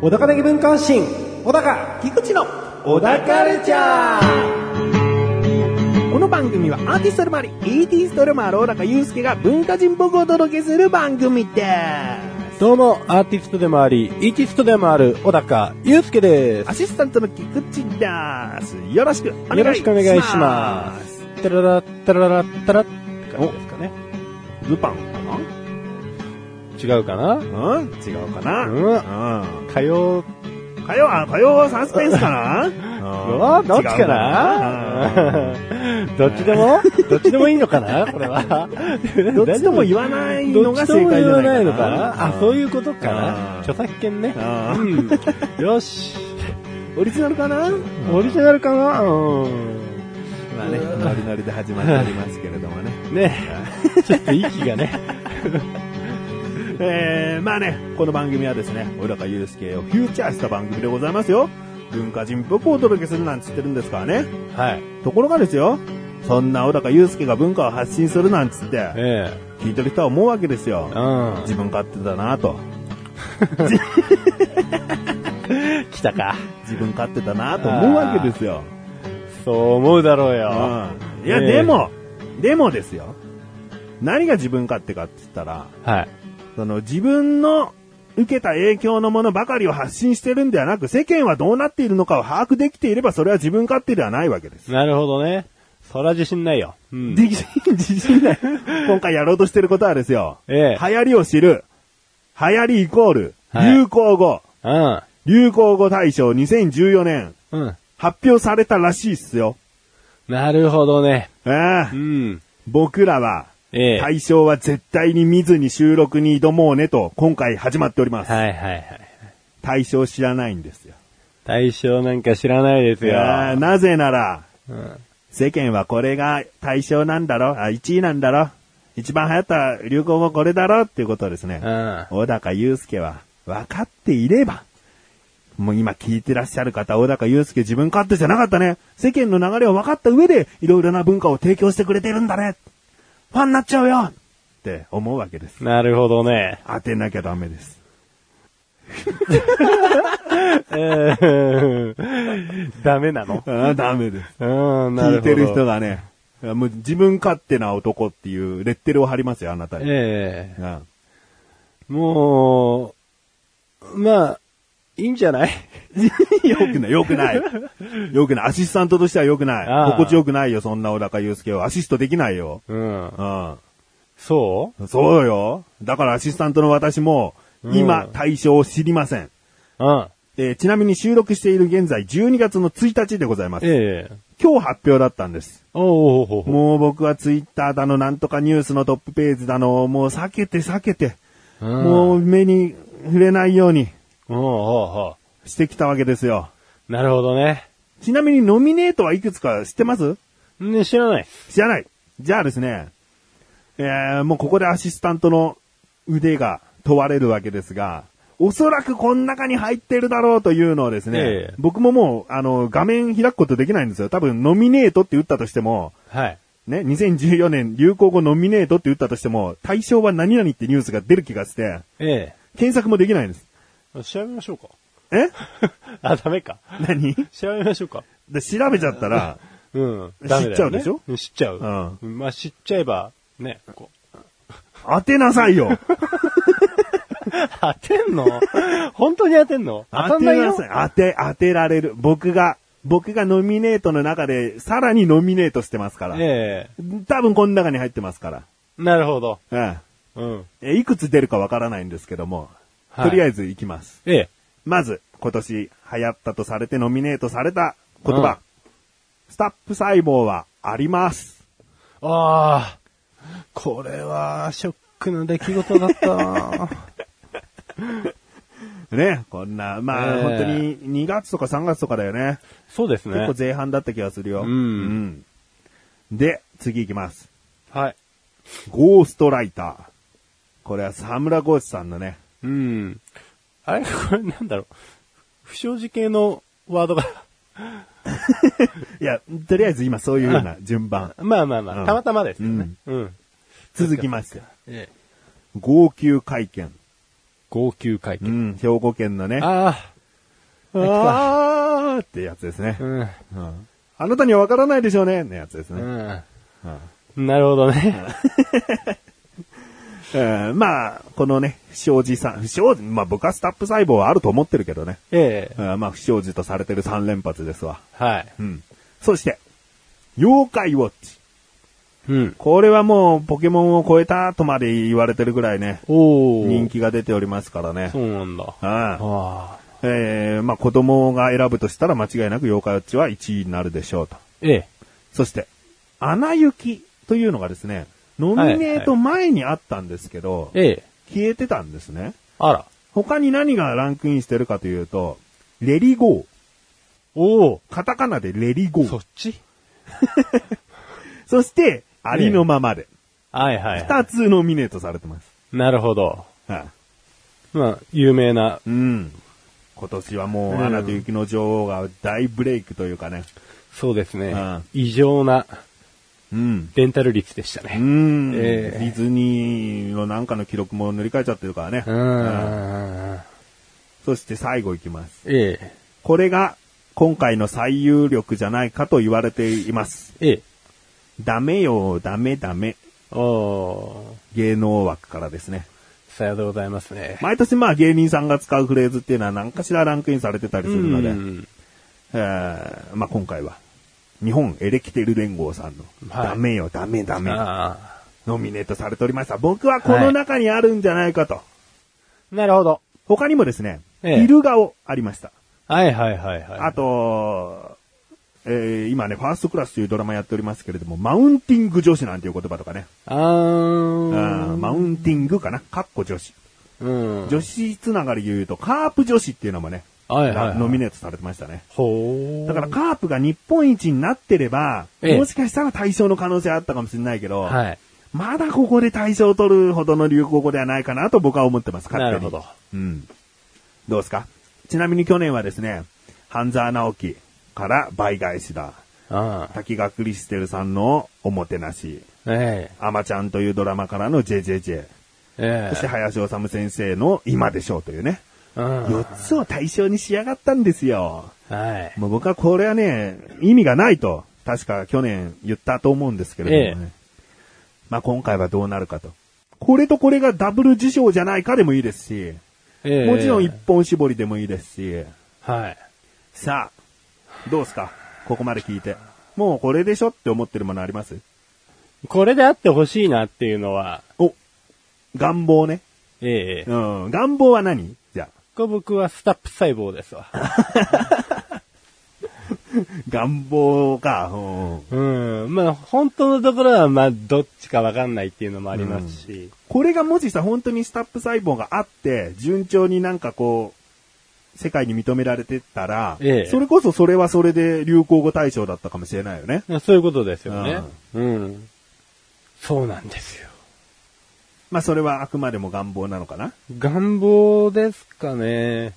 小高的文化発信小高菊池の小高ルチャーこの番組はアーティストルマリ ET ストルマー小高祐介が文化人僕をお届けする番組ですどうも、アーティストでもあり、イーティストでもある、小高祐介です。アシスタントの菊池ですよろしくお願いしますよろしくお願いします。タララタララタラって感じですかね。ルパン違うかなかなうん違うかなうんうん火曜、火曜は、火曜はサスペンスかなうんうわどっちか違うかななどっちでもどっちでもいいのかなこれは。 どっちとも言わないのが正解じゃないかな。のかなあ、そうう。いうことかあーな著作権ね。あーうん。よし。 オリジナルかなオリジナルかなうん。まあね、ノリノリで始まっておりますけれどもね。ねちょっと息がね。 えー、まあね、この番組はですね、小高祐介をフューチャーした番組でございますよ。文化人っぽくお届けするなんつってるんですからね。はい。ところがですよ、そんな小高祐介が文化を発信するなんつって、え聞いてる人は思うわけですえ。よ。うん。自分勝手だなと。来たか。自分勝手だなと思うわけですよ。そう思うだろううよ。んいや、ねえでも、でもですよ。何が自分勝手かって言ったら、はい。その自分の受けた影響のものばかりを発信してるんではなく、世間はどうなっているのかを把握できていれば、それは自分勝手ではないわけです。なるほどね。そら自信ないよ。うん。でき、自信ない。 今回やろうとしてることはですよ。ええ流行りを知る。流行りイコール、はい流行語。うん。流行語大賞2014年、うん。発表されたらしいっすよ。なるほどね。ええうん。僕らは、ええ大賞は絶対に見ずに収録に挑もうねと、今回始まっております。はいはいはい。大賞知らないんですよ。対象なんか知らないですいよ。やーなぜなら、うん。世間はこれが対象なんだろあ、1位なんだろ一番流行った流行語これだろっていうことをですねう。ん。小高祐介は分かっていれば、もう今聞いてらっしゃる方、小高祐介自分勝手じゃなかったね。世間の流れを分かった上で、いろいろな文化を提供してくれてるんだね。ファンになっちゃうよって思うわけです。なるほど ね。当てなきゃダメです。うんダメなのあ ダメです。うん、なるほ聞いど。てる人がね、もう自分勝手な男っていうレッテルを貼りますよ、あなたに。ええうんもう、まあ、いいんじゃないよくない、よ くない。よくない。アシスタントとしてはよくなあい。あ心地よくないよ、そんな小高祐介を。アシストできないよ。うん。うん。そそうよ。だからアシスタントの私も、今、うん対象を知りません。ううん。えーちなみに収録している現在、12月の1日でございます。ええ今日発表だったんです。おうおうおうおうもう僕はツイッターだの、なんとかニュースのトップページだの、もう避けて避けて、うんもう目に触れないようにおうおうおうしてきたわけですよ。なるほどね。ちなみにノミネートはいくつか知ってますね、知らない。知らない。じゃあですね、えー、もうここでアシスタントの腕が問われるわけですが、おそらくこの中に入ってるだろうというのをですね、ええ僕ももう、あの、画面開くことできないんですよ。多分、ノミネートって打ったとしても、はい。ね、2014年流行語ノミネートって打ったとしても、対象は何々ってニュースが出る気がして、え検索もできないんです。え調べましょうか。え あ、ダメか。何調べましょうか。で調べちゃっ たら、うん。知っダメだよねちゃうでしょん知っちゃう。うん。まあ、知っちゃえば、ね、こう。当てなさいよ 当てんの 本当に当てんの当たんないよ。当てなさい当て、当てられる。僕が、僕がノミネートの中で、さらにノミネートしてますから。ええ多分この中に入ってますから。なるほど。えうん。ええいくつ出るかわからないんですけども、はいとりあえずいきます。ええまず、今年流行ったとされてノミネートされた言葉。うんスタップ細胞はあります。ああ。これは、ショックな出来事だったなね、こんな、まあ、ええ本当に2月とか3月とかだよね。 そうですね。結構前半だった気がするよ。うんうんで、次いきます。はい。ゴーストライター。これは沢村ゴーチさんのね。うん。あれこれなんだろう。不祥事系のワードがいや、とりあえず今そういうような順番。まあまあまあ、うんたまたまですよね。うん。続きまして。ええ号泣会見。号泣会う見。ん、兵庫県のね。ああーってやつですねあ、う。ん。うんあなたにはわからないでしょうねのやつですね。うん。なるほどね。えーまあ、このね、不祥事さん、不祥事、まあ僕はスタップ細胞はあると思ってるけどね。えええーまあ不祥事とされてる3連発ですわ。はい。うん。そして、妖怪ウォッチ。うん。これはもうポケモンを超えたとまで言われてるぐらいね、おお。人。気が出ておりますからね。そうなんだ。うん。ああ。えーまあ子供が選ぶとしたら間違いなく妖怪ウォッチは1位になるでしょうと。ええ。そして、アナ雪というのがですね、ノミネート前にあったんですけど、ええ。消えてたんですね。あら。他に何がランクインしてるかというと、レリゴー。おお。カタカナでレリゴー。そそっちして、ありのままで。はいはいは二つノミネートされてます。い。なるほど。はい。まあ、有名な。うん。今年はもう、うんアナと雪の女王が大ブレイクというかね。そうですねうん。異常なうん。レンタル率でしたうね。ん、ええディズニーのなんかの記録も塗り替えちゃってるからね。ううんん。そして最後いきます。ええ。これが今回の最有力じゃないかと言われています。ええ。ダメよ、ダメダメ。おお。芸能枠からですね。さようでございますね。毎年まあ芸人さんが使うフレーズっていうのは何かしらランクインされてたりするので、うんえーまあ今回は日本エレキテル連合さんのはいダメよ、ダメダメあノミネートされておりました。僕はこの中にあるんじゃないかと。あ。なるほど。他にもですね、ええイルガオありました。はいはいはいはい。あと、えー今ね、ファーストクラスというドラマやっておりますけれども、マウンティング女子なんていう言葉とかね。あーうんマウンティングかなかっこ女子。うん。女子つながりで言うと、カープ女子っていうのもね、はいはいはいなノミネートされてましたね。ほーだから、カープが日本一になってれば、ええもしかしたら大賞の可能性あったかもしれないけど、はい。まだここで大賞を取るほどの流行語ではないかなと僕は思ってます、勝手に。なるほど。うん。どうですかちなみに去年はですね、半沢直樹から倍返しだ。ああ。滝川クリステルさんのおもてなし。えアマちゃんというドラマからの JJJ。え。えそしてえ。林修先生の今でしょうというね。うん4つを対象に仕上がったんですよ。はい。もう僕はこれはね、意味がないと、確か去年言ったと思うんですけれどもね。まあ今回はどうなるかと。これとこれがダブル受賞じゃないかでもいいですし、ええもちろん一本絞りでもいいですし、はい。さあ、どうすかここまで聞いて。もうこれでしょって思ってるものありますこれであってほしいなっていうのは、お、願望ね。ええ。うん、願望は何じゃこれ僕はスタップ細胞です わ。あ、願望か。うんうん。まあ、本当のところは、まあ、どっちかわかんないっていうのもありますし。これがもしさ、本当にスタップ細胞があって、順調になんかこう、世界に認められてったら、ええそれこそそれはそれで流行語大賞だったかもしれないよね。そういうことですよね。うん。そうなんですよ。まあそれはあくまでも願望なのかな。願望ですかね。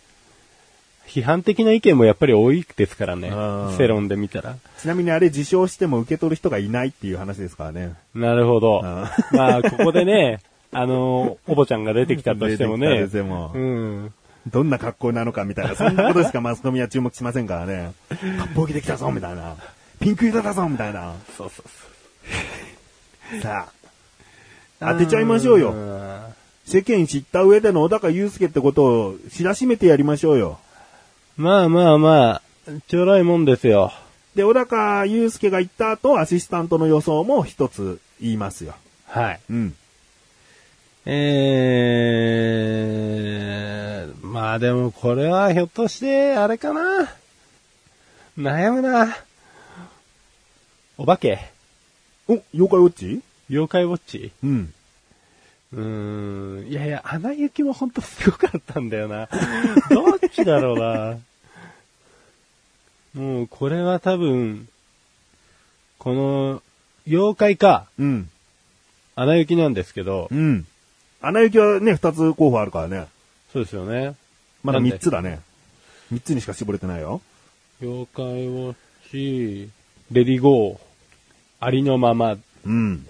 批判的な意見もやっぱり多いですからねうん。世論で見たら。ちなみにあれ受賞しても受け取る人がいないっていう話ですからね。なるほど。んまあ、ここでね、 あの、おぼちゃんが出てきたとしてもね。出てきたとしてもうん。どんな格好なのかみたいな、そんなことしかマスコミは注目しませんから ね。割烹着できたぞみたいな。ピンク色だぞみたいな。そうそうさあ、当てちゃいましょうそう。よ。世間知った上での小高祐介ってことを知らしめてやりましょうよ。まあまあまあ、ちょろいもんですよ。で、小高祐介が言った後、アシスタントの予想も一つ言いますよ。はい。うん。えー、まあでもこれはひょっとして、あれかな悩むな。お化けお、妖怪ウォッチ妖怪ウォッチうん。うーん。いやいや、穴行きもほんとすごかったんだよな。どっちだろうな。もうこれは多分、この、妖怪か、うん。穴行きなんですけどう、ん。穴行きはね、二つ候補あるからね。そうですよね。まだなんで三つだね。三つにしか絞れてないよ。妖怪ウォッし、レディゴー、ありのまま、うん。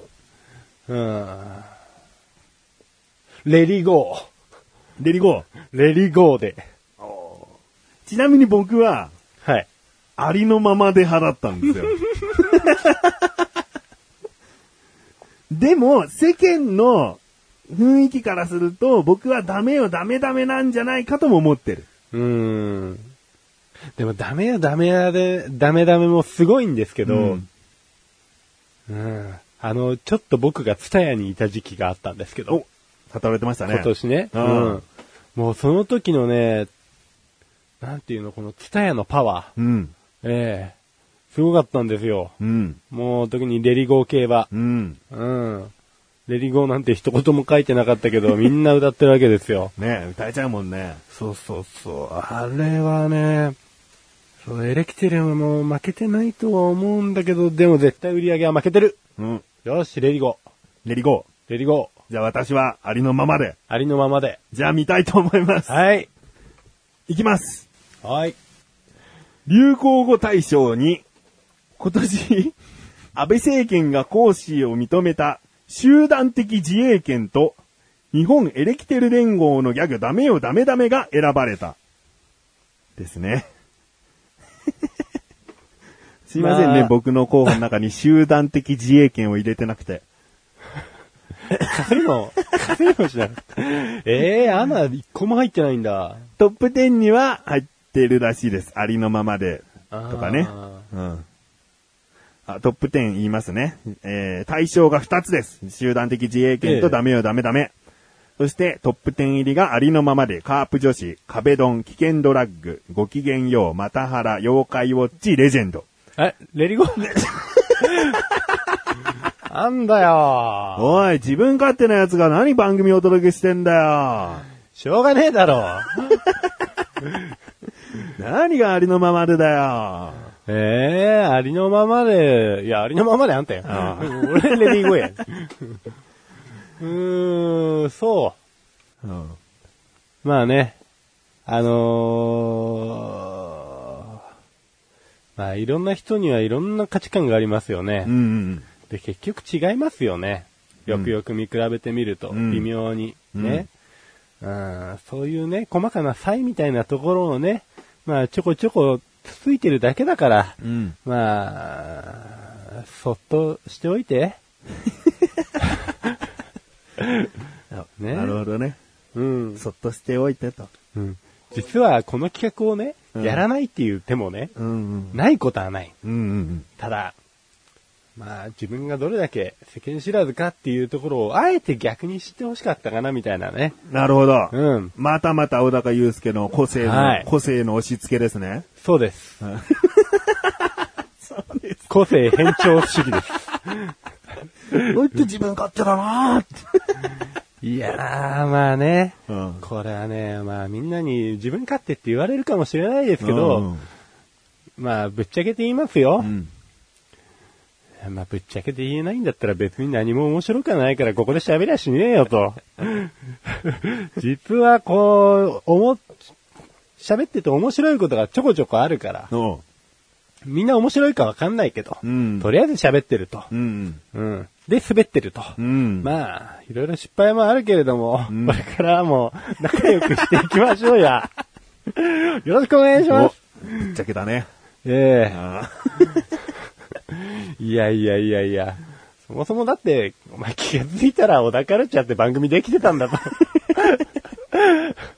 うん。レディゴー、レディゴー。レディゴーで。ちなみに僕は、はい。ありのままで派だったんですよ。 でも、世間の雰囲気からすると、僕はダメよ、ダメダメなんじゃないかとも思ってる。うーん。でもダメよダメやで、ダメダメもすごいんですけど、うん、あの、ちょっと僕がツタヤにいた時期があったんですけど、語られてましたね。今年ね、ううんん。もうその時のね、なんていうの、このツタヤのパワー、うん。ええすごかったんですよ。うん。もう特にレリゴー系は。うん。うん。レリゴーなんて一言も書いてなかったけ ど、みんな歌ってるわけですよ。ね歌えちゃうもんね。そうそうそう。あれはね、そう、エレキテルも負けてないとは思うんだけど、でも絶対売り上げは負けてる。うん。よし、レリゴレディゴー。レリゴー。ー。じゃあ私はありのままで。ありのままで。じゃあ見たいと思います。はい。いきます。はい。流行語大賞に、今年、 安倍政権が行使を認めた集団的自衛権と、日本エレキテル連合のギャグダメよダメダメが選ばれた。ですね。 すいませんね、まあ僕の候補の中に集団的自衛権を入れてなくて。勝てるの勝てるのしない。 ええー、アナ一個も入ってないんだ。トップ10には入ってるらしいです。ありのままで。とかねあ。うん。あ、トップ10言いますね。えー、対象が2つです。集団的自衛権えとえダメよダメダメ。そして、トップ10入りがありのままで、カープ女子、壁ドン、危険ドラッグ、ごきげんよう、またはら、妖怪ウォッチ、レジェンド。え、レ リゴーで。なんだよ。おい、自分勝手なやつが何番組お届けしてんだしょうがねえだろ。よ。何がありのままでだよ。ええありのままで、いや、ありのままであんたよ。ああ俺レディーゴー や。うーん、そうん。う。まあね。あのー、まあいろんな人にはいろんな価値観がありますよねう。ん。で、結局違いますよね。よくよく見比べてみると、うん微妙に。ね。うん、そういうね、細かな差異みたいなところをね、まあちょこちょこつついてるだけだから、うん。まあ、そっとしておい て。ねなるほどね。うん。そっとしておいてと。うん実はこの企画をね、うんやらないっていう手もね、うんうん。ないことはない。うんうんただ、まあ自分がどれだけ世間知らずかっていうところをあえて逆に知ってほしかったかなみたいなね。うん。なるほど。うん。またまた小高祐介の個性の、はい個性の押し付けですね。そうです。そうです。個性偏重主義 です。ほんと自分勝手だなーって。 いやー、まあね。うん。これはね、まあみんなに自分勝手って言われるかもしれないですけど、まあぶっちゃけて言いますうよ。ん、まあぶっちゃけて言えないんだったら別に何も面白くはないからここで喋りゃしねえよ と。実はこう、思っ、喋ってて面白いことがちょこちょこあるから、うん。みんな面白いかわかんないけど、うんとりあえず喋ってると。うん。うん。で、滑ってると。うん。まあ、いろいろ失敗もあるけれども、んこれからも仲良くしていきましょうや。よろしくお願いします。おぶっちゃけだね。ええあいやいやいやいや。そもそもだって、お前気がついたら小田カルチャーって番組できてたんだと。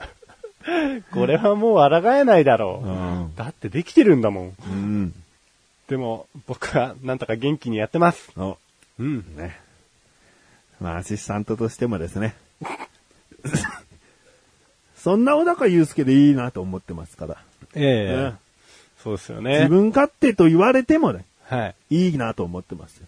これはもう抗えないだろう。うんだってできてるんだもん。ーうん。でも、僕はなんとか元気にやってます。お、うん。ね。まあ、アシスタントとしてもですね。そんな小高祐介でいいなと思ってますから。ええうんそうですよ自ね。分勝手と言われてもね、はい。いいなと思ってますよ。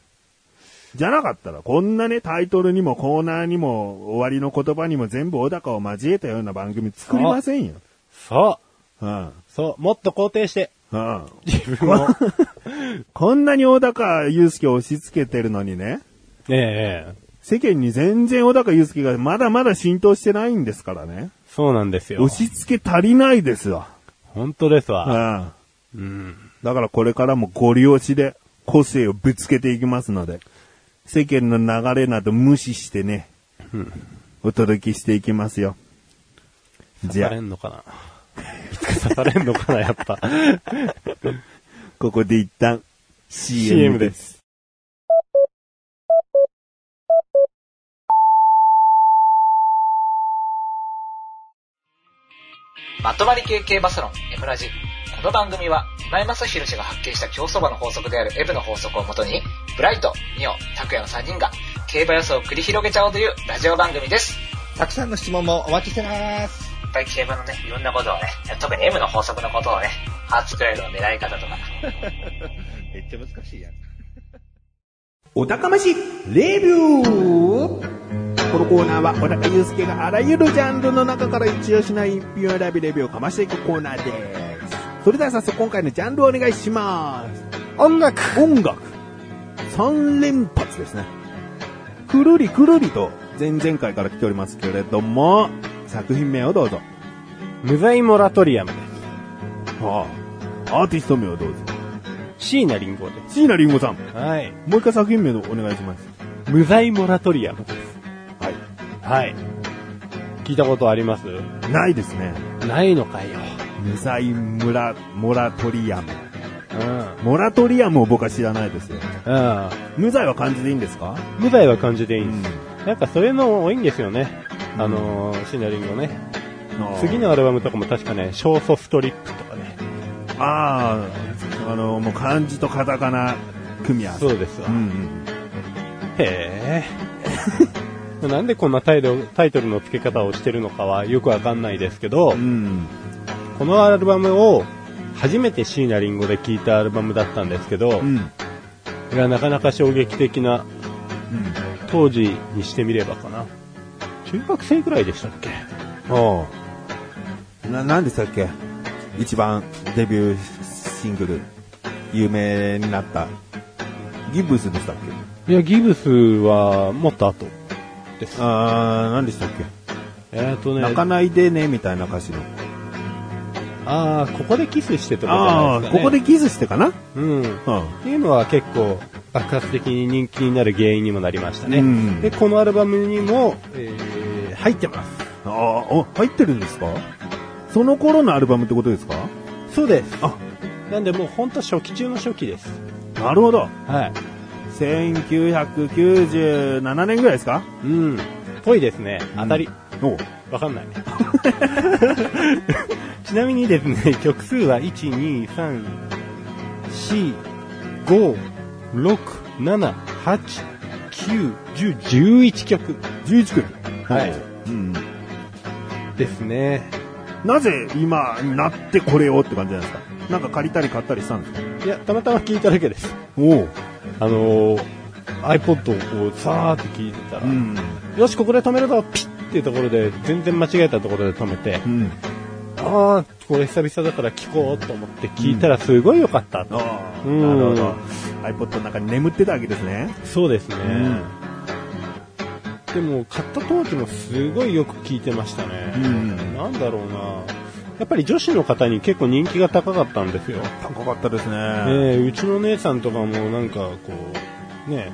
じゃなかったら、こんなね、タイトルにもコーナーにも、終わりの言葉にも全部小高を交えたような番組作りませんよ。そう。うん。そう、もっと肯定して。うん。自分 を。こんなに小高祐介を押し付けてるのにね、ええ世間に全然小高祐介がまだまだ浸透してないんですからね。そうなんですよ。押し付け足りないですわ。本当ですうわ。ん。うん。だからこれからもご利用しで個性をぶつけていきますので、世間の流れなど無視してね、お届けしていきますよ。刺じさゃれあ、んのかない つか刺されんのかな、やっぱ。ここで一旦 CM CM で。ですまとまり系系バスロン、エムラジ。この番組は、今井正弘氏が発見した競走馬の法則であるエブの法則をもとに、ブライト、ニオ、タクヤの3人が、競馬予想を繰り広げちゃおうというラジオ番組です。たくさんの質問もお待ちしてます。いっぱい競馬のね、いろんなことをね、特に M の法則のことをね、初クライドの狙い方とか、めっちゃ難しいやん。お高ましレビューこのコーナーは小高祐介があらゆるジャンルの中から一応しない一品を選びレビューをかましていくコーナーです。それでは早速今回のジャンルをお願いします。音楽音楽 !3 連発ですね。くるりくるりと前々回から来ておりますけれども、作品名をどうぞ。無罪モラトリアムではあ、アーティスト名をどうぞ。す。椎名林檎で椎名林檎さん、す。はい。もう一回作品名をお願いします。無罪モラトリアムです。はい。はい。聞いたことありますないですね。ないのかよ。無罪村、モラトリアム。うん。モラトリアムを僕は知らないですよ。うん。無罪は漢字でいいんですか無罪は感じでいいうんんです。なんかそういうの多いんですよね。あのー、シナリンゴね。次。のアルバムとかも確かね、ショートストリップとかね。ああ、あの、もう漢字とカタカナ組み合わせ。そうですわ。うんうん。へえ。 なんでこんなタイトルタイトルの付け方をしてるのかはよくわかんないですけど、うん。このアルバムを初めて椎名林檎で聴いたアルバムだったんですけど、うん。いやなかなか衝撃的なうん当時にしてみればかな中学生ぐらいでしたっけおうな、なんでしたっけ一番デビューシングル、有名になった。ギブスでしたっけいやギブスはもっと後ですああ、なんでしたっけ、えっ、ー、とね泣かないでね、みたいな歌詞の。ああここでキスしてとかじゃなあいあでー、すか、ね、ここでキスしてかなうんうん。っていうのは結構爆発的に人気になる原因にもなりましたね、うんでこのアルバムにも、えー入ってますああ、お入ってるんですかその頃のアルバムってことですかそうですあなんでもう本当初期中の初期ですなるほど。はい1997年ぐらいですかうんぽいですね当たり、おうわかんない。 ちなみにですね、曲数は1、2、3、4、5、6、7、8、9、10、11曲11組。はいうん。ですね。なぜ今になってこれをって感じなんですかなんか借りたり買ったりしたんですかいや、たまたま聴いただけです。おう。あのー、iPod をこう、さーって聴いてたら、うん。よし、ここで止めるぞピッっていうところで、全然間違えたところで止めて、うん。ああ、これ久々だから聴こうと思って聴いたらすごい良かった。ああ、うんなるほど。iPod の中に眠ってたわけですね。そうですね、んでも買った当時もすごいよく聞いてましたね、ん。なんだろうなやっぱり女子の方に結構人気が高かったんですよ、高かったですね。ねえうちの姉さんとかもなんかこうね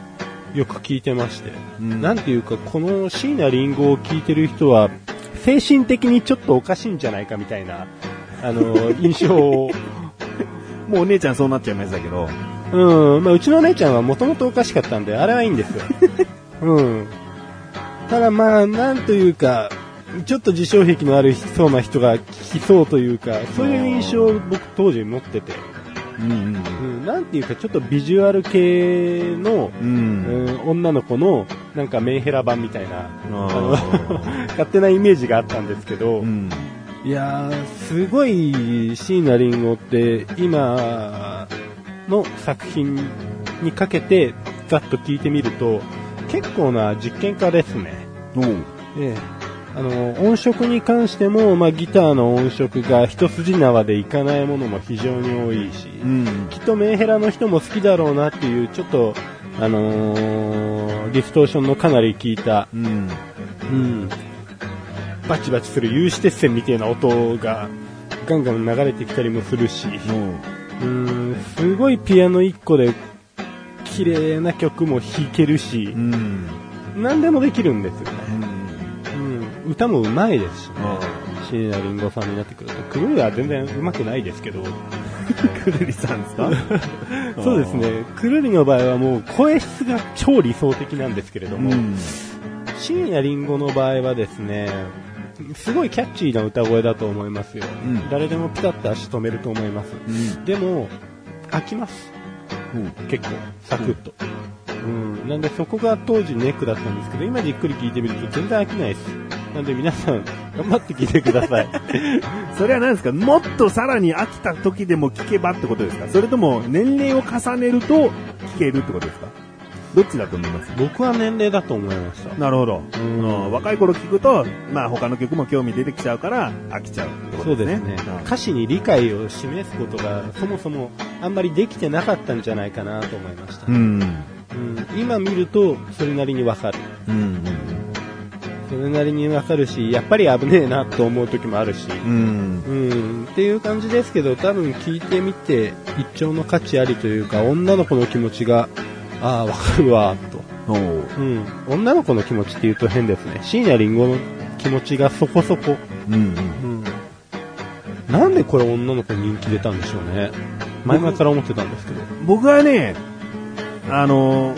よく聞いてまして、うんなんていうかこの椎名林檎を聞いてる人は精神的にちょっとおかしいんじゃないかみたいなあの印象をもうお姉ちゃんそうなっちゃいましたけど。うん、まあ、うちの姉ちゃんはもともとおかしかったんで、あれはいいんですよ。うん。ただまあ、なんというか、ちょっと自傷癖のあるそうな人が聞きそうというか、そういう印象を僕当時持ってて、うんうんうん、なんていうかちょっとビジュアル系の、う。うんうん。ん、女の子のなんかメンヘラ版みたいな、ああの勝手なイメージがあったんですけど、ーうん。いやー、すごい椎名林檎って今の作品にかけてざっと聞いてみると結構な実験家ですね。おう。ええあの音色に関しても、まあ、ギターの音色が一筋縄でいかないものも非常に多いし、うん。きっとメンヘラの人も好きだろうなっていうちょっと、あのーディストーションのかなり効いたうん。うん、バチバチする有刺鉄線みたいな音がガンガン流れてきたりもするし、うん。うん、すごいピアノ一個で、綺麗な曲も弾けるしう、ん。何でもできるんですよね。うん。うん、歌も上手いですし、ねあ、椎名林檎さんになってくると、クルーは全然上手くないですけど、くるりさんですかそうですね、くるりの場合はもう声質が超理想的なんですけれどうも、ん。椎名林檎の場合はですね、すごいキャッチーな歌声だと思いますよ。ん誰でもピタッと足止めると思います。うん。でも、飽きます。うん。結構、サクッと。うん、なんでそこが当時ネックだったんですけど、今じっくり聞いてみると全然飽きないです。なんで皆さん、頑張って聞いてくだ さい。それは何ですかもっとさらに飽きた時でも聞けばってことですかそれとも年齢を重ねると聞けるってことですかどっちだと思います僕は年齢だと思いました。なるほど。うんうん若い頃聞くと、まあ他の曲も興味出てきちゃうから飽きちゃうってこそうとでですすねね。歌詞に理解を示すことがそもそもあんまりできてなかったんじゃないかなと思いました、ううんん。今見るとそれなりにわかるうん。それなりにわかるしやっぱり危ねえなと思う時もあるし、うん。うん。うん、っていう感じですけど多分聞いてみて一丁の価値ありというか女の子の気持ちがああわかるわと、おううん、女の子の気持ちっていうと変ですね椎名林檎の気持ちがそこそこうん。うんなんでこれ女の子に人気出たんでしょうね。前々から思ってたんですけど。僕はね、あの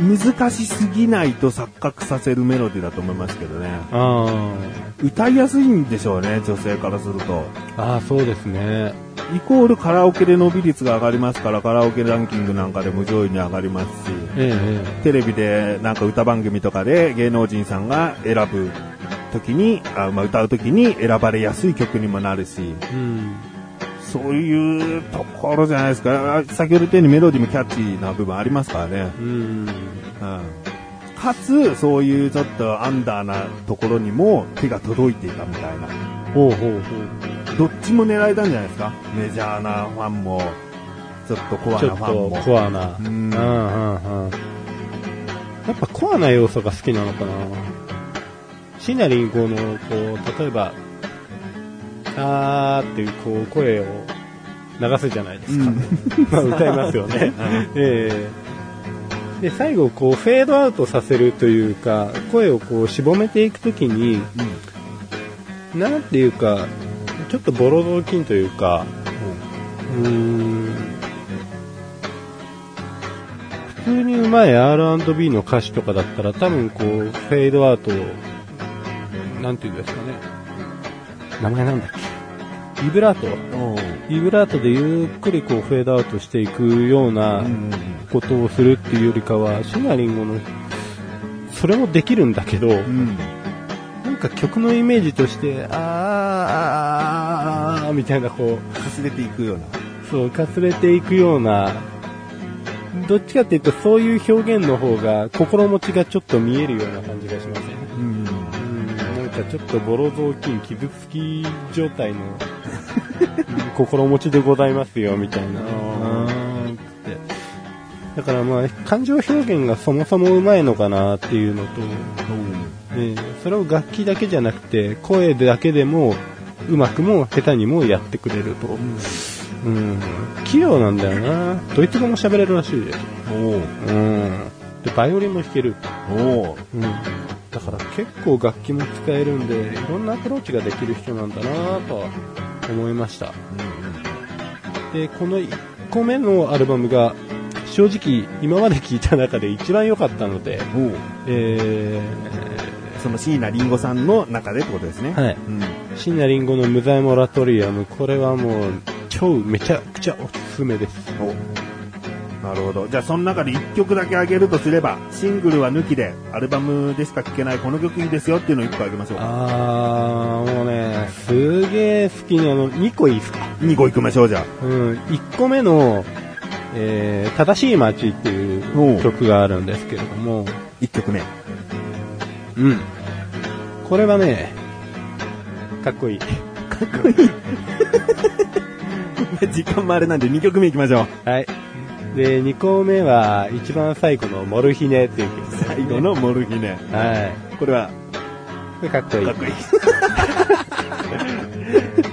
難しすぎないと錯覚させるメロディーだと思いますけどね。あ歌いやすいんでしょうね、女性からすると。あ、ああ、そうですね。イコールカラオケで伸び率が上がりますから、カラオケランキングなんかでも上位に上がりますし、ええテレビでなんか歌番組とかで芸能人さんが選ぶ時に、あまあ、歌う時に選ばれやすい曲にもなるし、ええうん。そういうところじゃないですか。あ先ほど言ったようにメロディーもキャッチーな部分ありますからね。うん。うん。かつ、そういうちょっとアンダーなところにも手が届いていたみたいな。ほうほうほう。どっちも狙えたんじゃないですかメジャーなファンも、ちょっとコアちなょっファンとも。コアな。うんうんうんうん。やっぱコアな要素が好きなのかな。シナリンゴの、こう、例えば、あーっていう、こう、声を流すじゃないですか。 まあ歌いますよね。ええで、最後、こう、フェードアウトさせるというか、声をこう、しぼめていくときに、なんていうか、ちょっとボロ雑巾というか、うーん、普通にうまい R&B の歌詞とかだったら、多分こう、フェードアウトを、なんていうんですかね。名前なんだっけビブラートうん。ビブラートでゆっくりこうフェードアウトしていくようう。なんことをするっていうよりかは、シナリンゴの、それもできるんだけど、うん。なんか曲のイメージとして、あーあーあーあーみたいなこう、かすれていくような。そう、かすれていくような、どっちかっていうとそういう表現の方が心持ちがちょっと見えるような感じがしますね。うん。うん、なんかちょっとボロ雑巾傷つき状態 のうん心持ちでございますよみたいな。うんってだからまあ感情表現がそもそもうまいのかなっていうのと、えーそれを楽器だけじゃなくて声だけでもうまくも下手にもやってくれると、うん、器用なんだよなドイツ語も喋れるらしいです、おううん、でバイオリンも弾けるおううん、だから結構楽器も使えるんでいろんなアプローチができる人なんだなぁとは思いましたでこの1個目のアルバムが正直今まで聴いた中で一番良かったので、おうえその椎名林檎さんの中でってことですね。ーはい、うん。シンナリンゴの無罪モラトリアムこれはもう超めちゃくちゃおすすめですなるほど。じゃあ、その中で1曲だけあげるとすれば、シングルは抜きで、アルバムでしか聴けないこの曲いいですよっていうのを1個あげましょうか。あーもうねすげえ好きなの2個いいですか2個行きましょう、じゃあ。うん、1個目の、えー正しい街っていおうう曲があるんですけれども、 1曲目。うん。これはね、かっこいい。 時間もあれなんで2曲目行きましょう。はい。で、2個目は、一番最後のモルヒネっていう曲、最後。のモルヒネ。はこれは、い。これかっこいいかっ。こいい。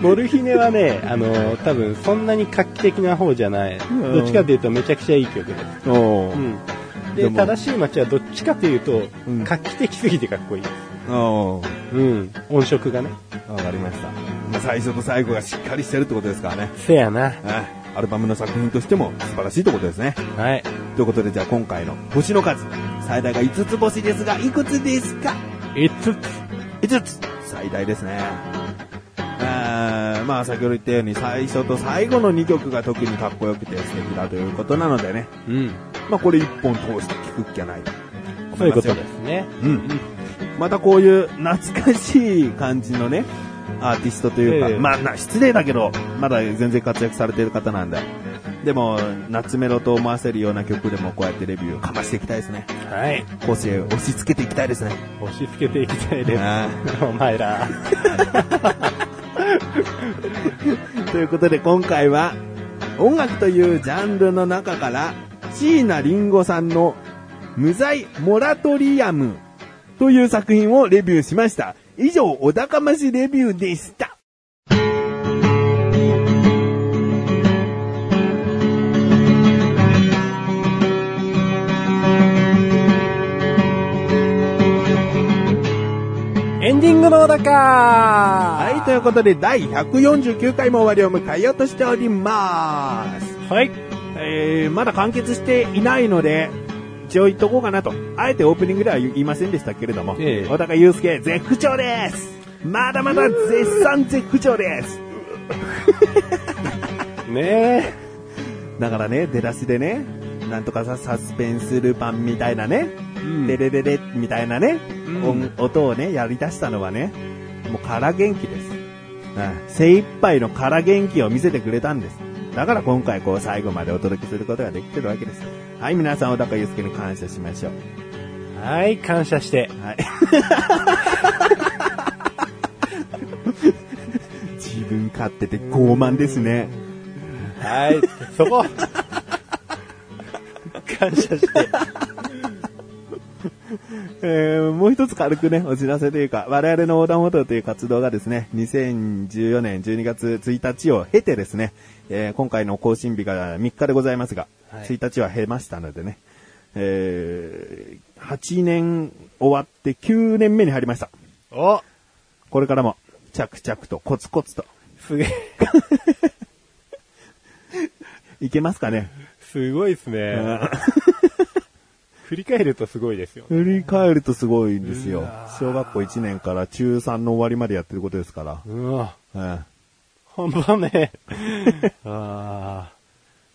モルヒネはね、あの、多分そんなに画期的な方じゃない。んどっちかというとめちゃくちゃいい曲です。おーうん。でで、も正しい街はどっちかというとうん、画期的すぎてかっこいい。おうん。音色がね。ーわかりました。まあ最初と最後がしっかりしてるってことですからね。せやな。はいアルバムの作品としても素晴らしいってことですね。はい。ということでじゃあ今回の星の数、最大が5つ星ですが、いくつですかいつつ。 5つ最大ですね。あーまあ先ほど言ったように最初と最後の2曲が特にかっこよくて素敵だということなのでね。うん。まあこれ1本通して聴くっきゃないとそういう思まこすよとですね。うん。またこういう懐かしい感じのね、アーティストというか、ええまあな失礼だけど、まだ全然活躍されてる方なんで。でも、夏メロと思わせるような曲でもこうやってレビューをかましていきたいですね。はい。後世を押し付けていきたいですね。押し付けていきたいであす。お前ら。ということで今回は、音楽というジャンルの中から、椎名林檎さんの無罪モラトリアムという作品をレビューしました。以上、お高ましレビューでした。エンディングの小高は、はいということで第149回も終わりを迎えようとしております。はい。えー、まだ完結していないので、一応言っとこうかなと。あえてオープニングでは言いませんでしたけれども、ええ小高祐介、絶不調ですまだまだ絶賛絶不調ですねだからね、出だしでね、なんとかさ、サスペンスルパンみたいなね、え。うんデレデレみたいなね、うん音音をね、やり出したのはね、もう空元気です。うん精一杯の空元気を見せてくれたんです。だから今回こう最後までお届けすることができてるわけです。はい、皆さん、小高祐介に感謝しましょう。はい、感謝して。はい。自分勝手て傲慢ですね。はい、そこ 感謝して。えーもう一つ軽くね、お知らせというか、我々の横断歩道という活動がですね、2014年12月1日を経てですね、えー今回の更新日が3日でございますが、はい1日は経ましたのでね、えー8年終わって9年目に入りました。おこれからも、着々とコツコツと、すげえ。いけますかね。すごいですね。振り返るとすごいですよ。振り返るとすごいんですようわ。小学校1年から中3の終わりまでやってることですから。うわ、うんほんとね。 ああ、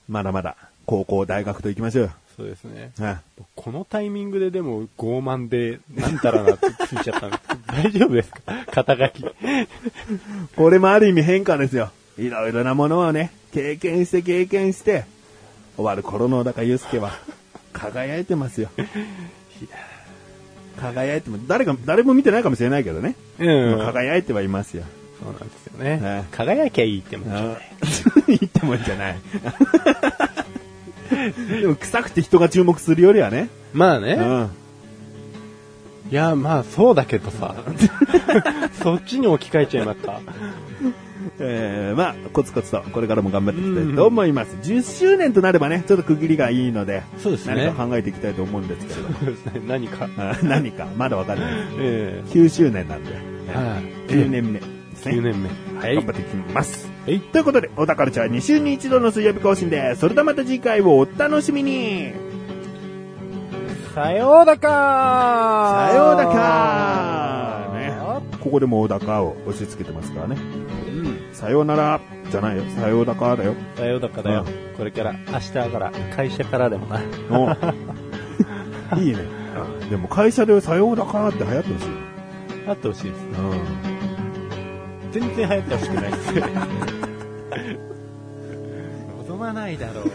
まだまだ、高校、大学と行きましょうよ。そうですね。うんこのタイミングででも傲慢で、なんたらなってついちゃったんですけど、大丈夫ですか肩書き。 これもある意味変化ですよ。いろいろなものをね、経験して経験して、終わる頃の小高祐介は、輝いてますよ。 輝いても、誰か、誰も見てないかもしれないけどね。うん。輝いてはいますよ。そうなんですよね。はい輝きゃいいってもんじゃ ない。言ってもんじゃない。 でも臭くて人が注目するよりはね。まあうね。ん。いや、まあそうだけどさ。 そっちに置き換えちゃいました。 えー、まあ、コツコツと、これからも頑張っていきたいと思います。10周年となればね、ちょっと区切りがいいので、そうですね何か考えていきたいと思うんですけれども。何か。あ 何か、まだわかんないです。え9周年なんで、えはい9年目ですね。 9年目。は頑張っていきます。はいということで、オタカルチャー2週に一度の水曜日更新です。それではまた次回をお楽しみにさようだかさようだかね。ここでもう小高を押し付けてますからね。うん。さようならじゃないよ。さようだかだよ。さようだかだよう。これから、明日から、会社からでもな。 おいいね。でも会社でさようだかって流行ってほしい。あってほしいです。う全然流行ってほしくないです。望まないだろう。